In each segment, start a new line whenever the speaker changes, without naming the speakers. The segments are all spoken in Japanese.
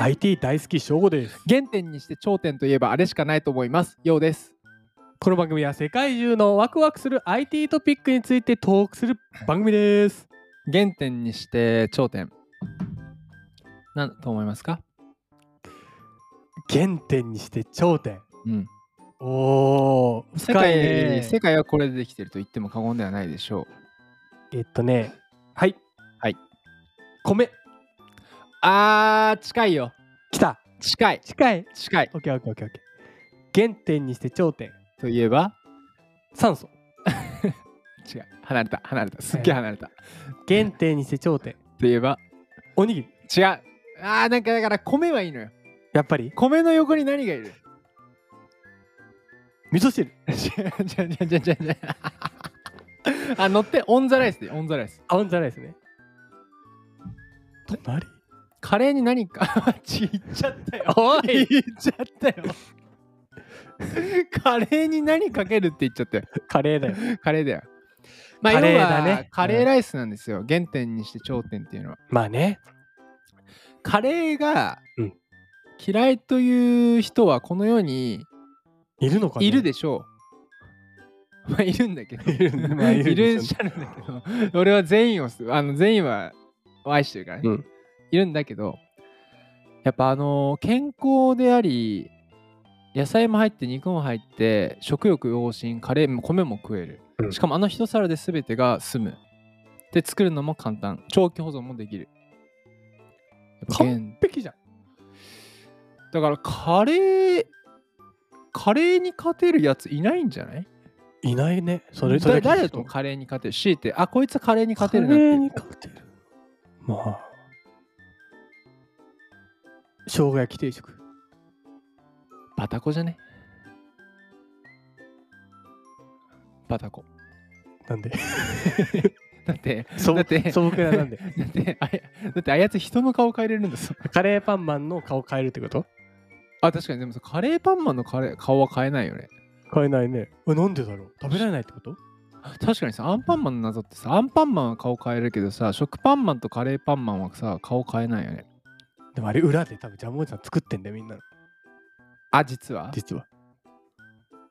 IT 大好き翔吾です
原点にして頂点といえばあれしかないと思います。ようです。
この番組は世界中のワクワクする IT トピックについてトークする番組です
原点にして頂点。なんと思いますか
原点にして頂点
うん。
おー深
世
い
界、
ね
世界はこれでできてると言っても過言ではないでしょ
えっとねはい
はい
米
う。あー、近いよ。
きた
近い。
近い
近い。
オッケーオッケーオッケーオッケー原点にして頂点
といえば
酸素
違う。離れた。離れた。すっげえ離れた。
原点にして頂点
といえば
おにぎり
違う。あー、なんかだから米はいいのよ。
やっぱり
米の横に何がいる
味噌汁
違う違う違う違う違う違う。あ、乗って、オンザライスで、オンザライス。
あうんじゃないですね隣
カレーに何か ちいっちゃったよ。
お
言
い
っちゃったよ。カレーに何かけるって言っちゃったよ。
カレーだよ
カレーだよ。まあ、
カ
カ
レ
レ
ー
ー
だね
カレーライスなんですよ。原点にして頂点っていうのは。
まあね
カレーが
うん
嫌いという人はこの世に
いるのかね
いるでしょう。まあ、いるんだけど。
いるまあい
い
るでしょうね
るっしゃるんだけど。俺は全員をす、あの全員は愛してるからね。
うん
いるんだけどやっぱあの健康であり野菜も入って肉も入って食欲養心カレーも米も食える、
うん
しかもあの一皿で全てが済むで作るのも簡単長期保存もできるやっぱ原
完璧じゃん
だからカレーカレーに勝てるやついないんじゃない
いないね。それ
だ
それ
誰だともカレーに勝てる強いてあこいつカレーに勝てるな
カ
って
レー
い
に
う
勝てる。まあ。生姜焼き定食。
バタコじゃねバタコ
なん で。
だって
そ
だって
素朴ななん で。
だってあれだってあやつ人の顔変えれるんですよ
カレーパンマンの顔変えるってこと
あ確かにでもさカレーパンマンのカレー顔は変えないよね
変えないね。え、なんでだろう食べられないってこと
確かにさアンパンマンの謎ってさアンパンマンは顔変えるけどさ食パンマンとカレーパンマンはさ顔変えないよね
でもあれ裏で多分ジャムおじさん作ってんだよみんなの
あ実は
実は。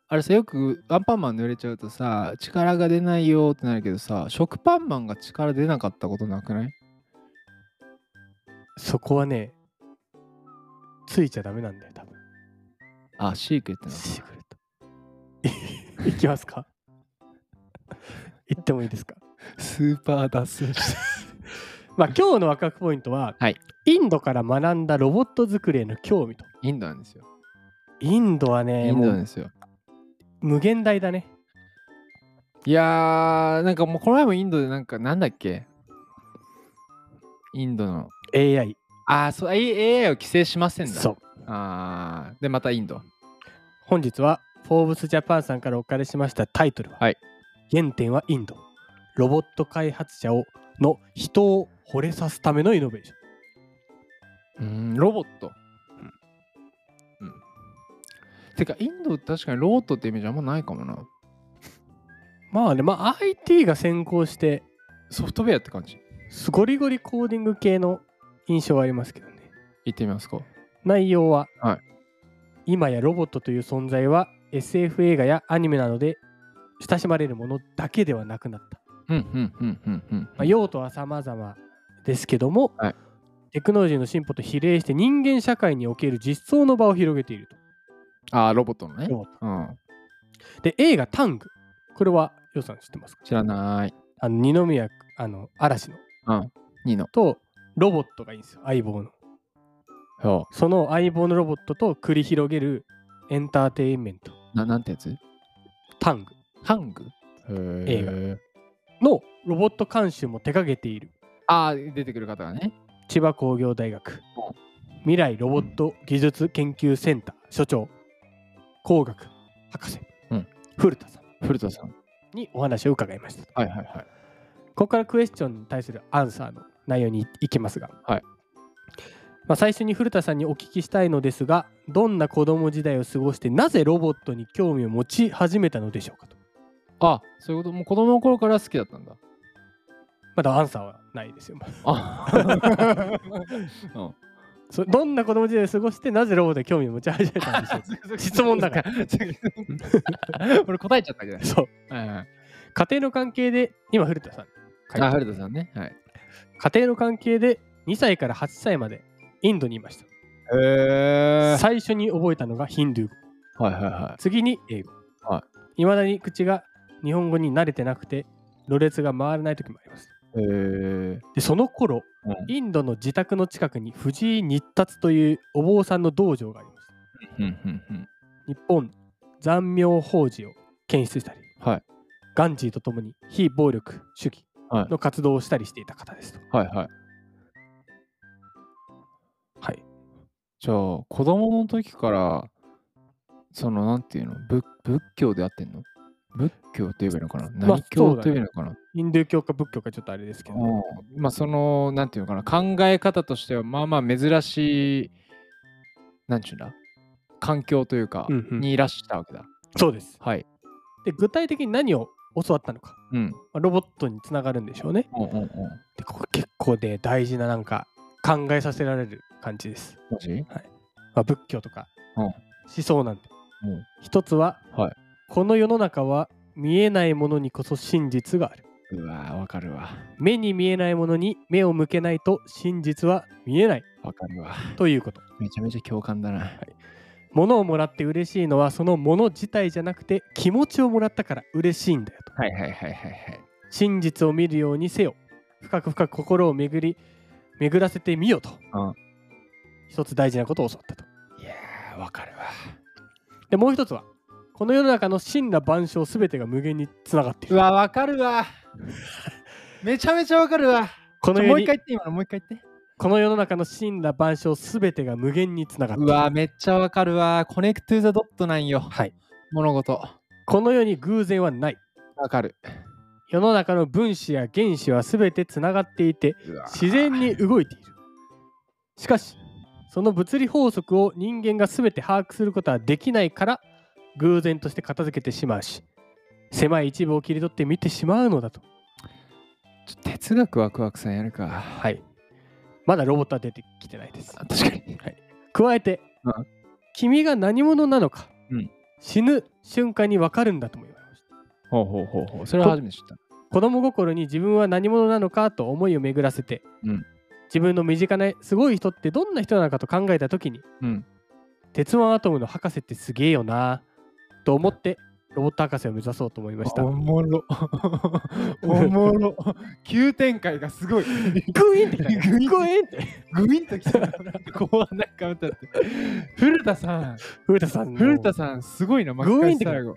あれさよくアンパンマン濡れちゃうとさ力が出ないよってなるけどさ食パンマンが力出なかったことなくない
そこはね、ついちゃダメなんだよ多分。
あシークレットなの
シークレット。い きますか行ってもいいですか
スーパー脱線した
まあ今日のワクワクポイントは、
はい
インドから学んだロボット作りへの興味と。
インドなんですよ
インドはね、
インド
も
なん
う
ですよ
無限大だね。
いやー、なんかもうこの前もインドでなんかなんだっけインドの。
AI。
ああ、そう、あい AI を規制しませんだ。
そう。
あーで、またインド。
本日は、フォーブスジャパンさんからお借りしましたタイトルは、
はい
原点はインド。ロボット開発者をの人を惚れさすためのイノベーション。
うーん、ロボット。うん。てか、インド確かにロボットってイメージあんまないかもな。
まあね、まあ IT が先行して、
ソフトウェアって感じ。
ゴリゴリコーディング系の印象はありますけどね。
行ってみますか。
内容は、
はい
今やロボットという存在は SF 映画やアニメなどで親しまれるものだけではなくなった、
うん、うん、うん、うん、うん。
まあ、用途は様々ですけども、
はい
テクノロジーの進歩と比例して人間社会における実装の場を広げていると
あーロボットのね
ロ。ボッ
うん。
トで映画「タング」これは予算知ってますか
知らない。
あの二宮あの嵐の
ニノ。
とロボットがいいんですよ相棒の
そ
その相棒のロボットと繰り広げるエンターテインメント
う。ななんてやつ
「タング」
ハング映
のロボット監修も手掛けている
画。あー出てくる方がね。
千葉工業大学未来ロボット技術研究センター所長工学博士、
うん
古田さん
古田さん。
にお話を伺いました
はいはいはい。
ここからクエスチョンに対するアンサーの内容に行きますが、
はい
まあ、最初に古田さんにお聞きしたいのですがどんな子供時代を過ごしてなぜロボットに興味を持ち始めたのでしょうかと
あそういうこともう子供の頃から好きだったんだ。
まだアンサーはないですよ
あ うん。
そどんな子供時代を過ごしてなぜロボットに興味を持ち始めたんでしょう質問だから
俺答えちゃったけど
か。そう。
はいはい。
家庭の関係で、今古田さん書いて
あ、
あ
ハル
る。
トさんね。はい。
家庭の関係で2歳から8歳までインドにいました。
へ
最初に覚えたのがヒンドゥー語。
ー。はいはいは
次に英語。。
はい
まだに口が日本語に慣れてなくて、ろれつが回らない時もあります。
い。へー。
で、その頃、
う
インドの自宅の近くに藤井日達というお坊さんの道場があります。
うんうんうん。
日本残妙法事を検出したり、
はい
ガンジーと共に非暴力主義
はい
の活動をしたりしていた方ですと。
はいはい。
はい、
じゃあ、子供の時から、その、なんていうの仏仏教であってんの仏教って言えばいいのかな
まあ
何教って言えばいいのかな、
ヒンドゥー教か仏教かちょっとあれですけど、
うんまあそのなんていうのかな考え方としてはまあまあ珍しいなんちゅうんだ環境というか、
うんうん
にいらしたわけだ
そうです。
はい
で具体的に何を教わったのか、
うん
まあロボットにつながるんでしょうね。
うんうんうん
でここ結構で大事ななんか考えさせられる感じです。
マジ
まあ、仏教とか
うん
思想なんで、
うん
一つは、
はい
この世の中は見えないものにこそ真実がある。
うわーわかるわ
目に見えないものに目を向けないと真実は見えない
わかるわ
ということ。
めちゃめちゃ共感だな、
物をもらって嬉しいのはその物自体じゃなくて気持ちをもらったから嬉しいんだよと。
はい、はいはいはいはい
真実を見るようにせよ。深く深く心を巡り巡らせてみよと。
うん
一つ大事なことを教わったと。
いやーわかるわ
でもう一つはこの世の中の真羅万象すべてが無限につながっていうる。
わわかるわめちゃめちゃわかるわ
この
ちょ
世
もう一
に
回言って今のもう一回言って
この世の中の真羅万象すべてが無限につながっていうる。
わーめっちゃわかるわコネクトゥザドットなんよ
はい、
物事
この世に偶然はない。
わかる
世の中の分子や原子は全てつながっていて自然に動いているしかしその物理法則を人間が全て把握することはできないから偶然として片付けてしまうし狭い一部を切り取って見てしまうのだと
ちょっと哲学ワクワクさんやるか。はい。
はいまだロボットは出てきてないです
確かに。
加えて、
うん
君が何者なのか、
うん
死ぬ瞬間に分かるんだとも言われました
ほうほうほうほう。それ
は
は
初
初めて知った。
子供心に自分は何者なのかと思いを巡らせて、
うん
自分の身近なすごい人ってどんな人なのかと考えた時に
うん。
鉄腕アトムの博士ってすげえよなと思ってロボット博士を目指そうと思いましたグ
もろ。 おもろ。急展開がすごい。
イーンってきたね
グイーン
グイーンって
グインときた。こうなんか歌って。古田さん。
古田さんの
古田さん、すごいな。
グイーンってきた
最後。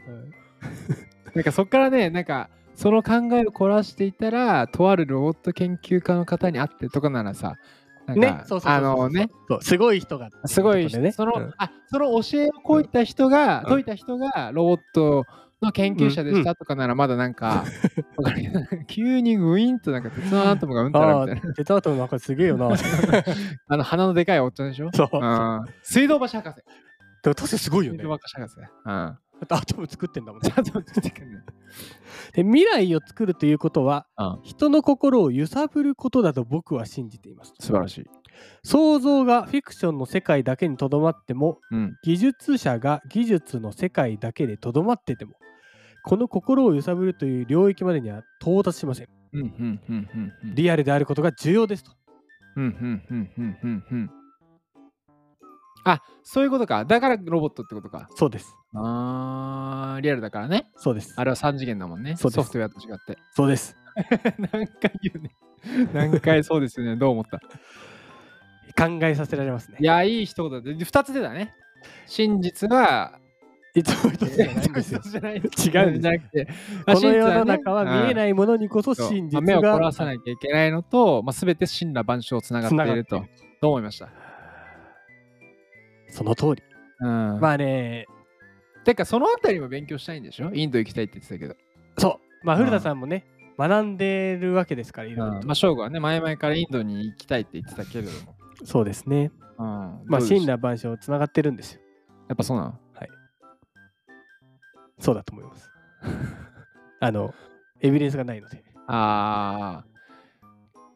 なんかそっからね、なんか。その考えを凝らしていたら、とあるロボット研究家の方に会ってとかならさ、なんか
ねそうそうそうそう
あのね、
そうすごい人が
すごい
ということでね
その、
うん
あその教えをこういった人が、
ん
解いた人がロボットの研究者でしたとかならまだな んか、わかるけ ど急にグイーンとなんか鉄のアトムがうんたら
あ
みたいな
ー鉄腕アトムの博士すげえよ な
あの鼻のでかいおっちゃんでしょ
そう
うん水道橋博士
でも確かにすごいよ
水
ね
道 橋博士うん
だってアトム作ってんだもんね
ちゃんと出てくるね
で未来を作るということは、
うん
人の心を揺さぶることだと僕は信じています
素晴らしい、
想像がフィクションの世界だけにとどまっても
うん、
技術者が技術の世界だけでとどまっててもこの心を揺さぶるという領域までには到達しません
うんうんうんうんうん
リアルであることが重要ですと
うんうんうんうんうんうんあそういうことかだからロボットってことか
そうです
あーリアルだからね
そうです
あれは3次元だもんね
そうです
ソフトウェアと違って
そうです
何回言うね。何回そうですよね。どう思 った
考えさせられますね
いや、いい一言で。2つ出たね。真実が。
いつも一つじゃないんですよ
じゃない違
違うんです
じゃなくて。
この世の中は見え
い
ないものにこそ真実
目を凝ら
が
さなきゃいけないのと、まあ、全て真羅万象つながっていると
繋が。
どう思いました、
その通り
うん
まあね
てか、そのあたりも勉強したいんでしょインド行きたいって言ってたけど。
そうまあ古田さんもね学んでるわけですからいろいろ
うんまあ、翔吾はね、前々からインドに行きたいって言ってたけれども。
とそうですね
うん
まあ
どうでし
真
た
羅万象つながってるんですよ
やっぱそうなの
そうだと思います。 あの、エビデンスがないので。
ああ。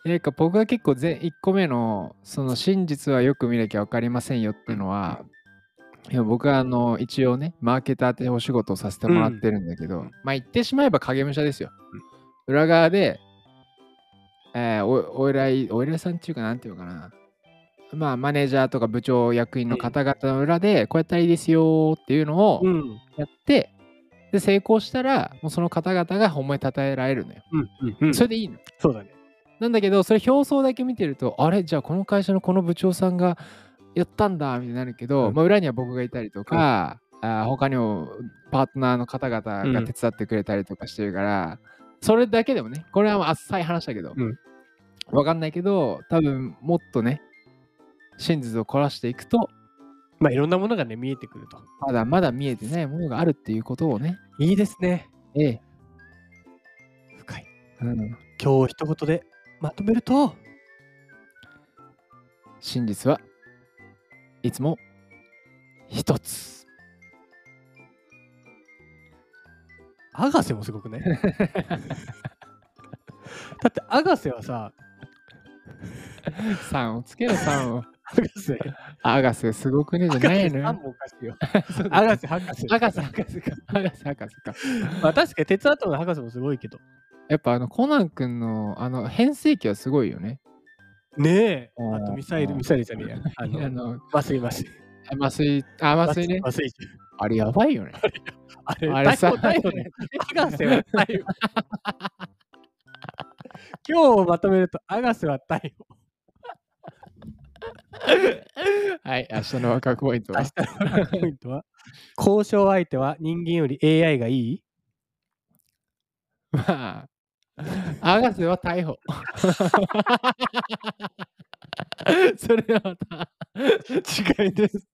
えーか僕が結構前1個目のその真実はよく見なきゃ分かりませんよっていうのは、いや僕はあの一応ねマーケターってお仕事をさせてもらってるんだけど、まあ言ってしまえば影武者ですよ、裏側で、えーおお偉いお偉いさんっていうかなんていうのかなまあマネージャーとか部長役員の方々の裏でこうやったらいいですよっていうのを
うん
やって、で成功したらもうその方々が褒めたたえられるのよ、
うんうん
それでいいの
そうだね
なんだけどそれ表層だけ見てるとあれじゃあこの会社のこの部長さんがやったんだみたいになるけど、
うん
まあ、裏には僕がいたりとか、あー他にもパートナーの方々が
うん
手伝ってくれたりとかしてるから、それだけでもねこれはもう浅い話だけど、
うん
わかんないけど多分もっとね真実を凝らしていくと
まあいろんなものがね見えてくると
まだまだ見えてないものがあるっていうことをね
いいですね
ええ、
深い
うん、
今日一言でまとめると
真実はいつも一つ。
博士もすごく ねだって博士はさ
さんをつけろさんを。
博士
アガスすごくねじゃないの
さん
よ。
もおかしいよ
そうだ
博士博士
アガス博士か。アガス博士か。
まあ確かに鉄アトムの博士もすごいけど
やっぱあのコナン君のあの変声期はすごいよね。
ねえ
うん
あとミサイルミサイルじゃねえやあ
あ
の
の
麻酔麻酔
麻酔、あ、麻酔ね。
麻酔銃
あれやばいよね。
あれ
あれさ
太鼓だよね博士は太陽 今日をまとめると博士は太陽
はい、明日のワクワクポイント
明
は。
日のワークポイント は交渉相手は人間より AI がいい
まあ、アガスは逮捕。 それはまた。
違いです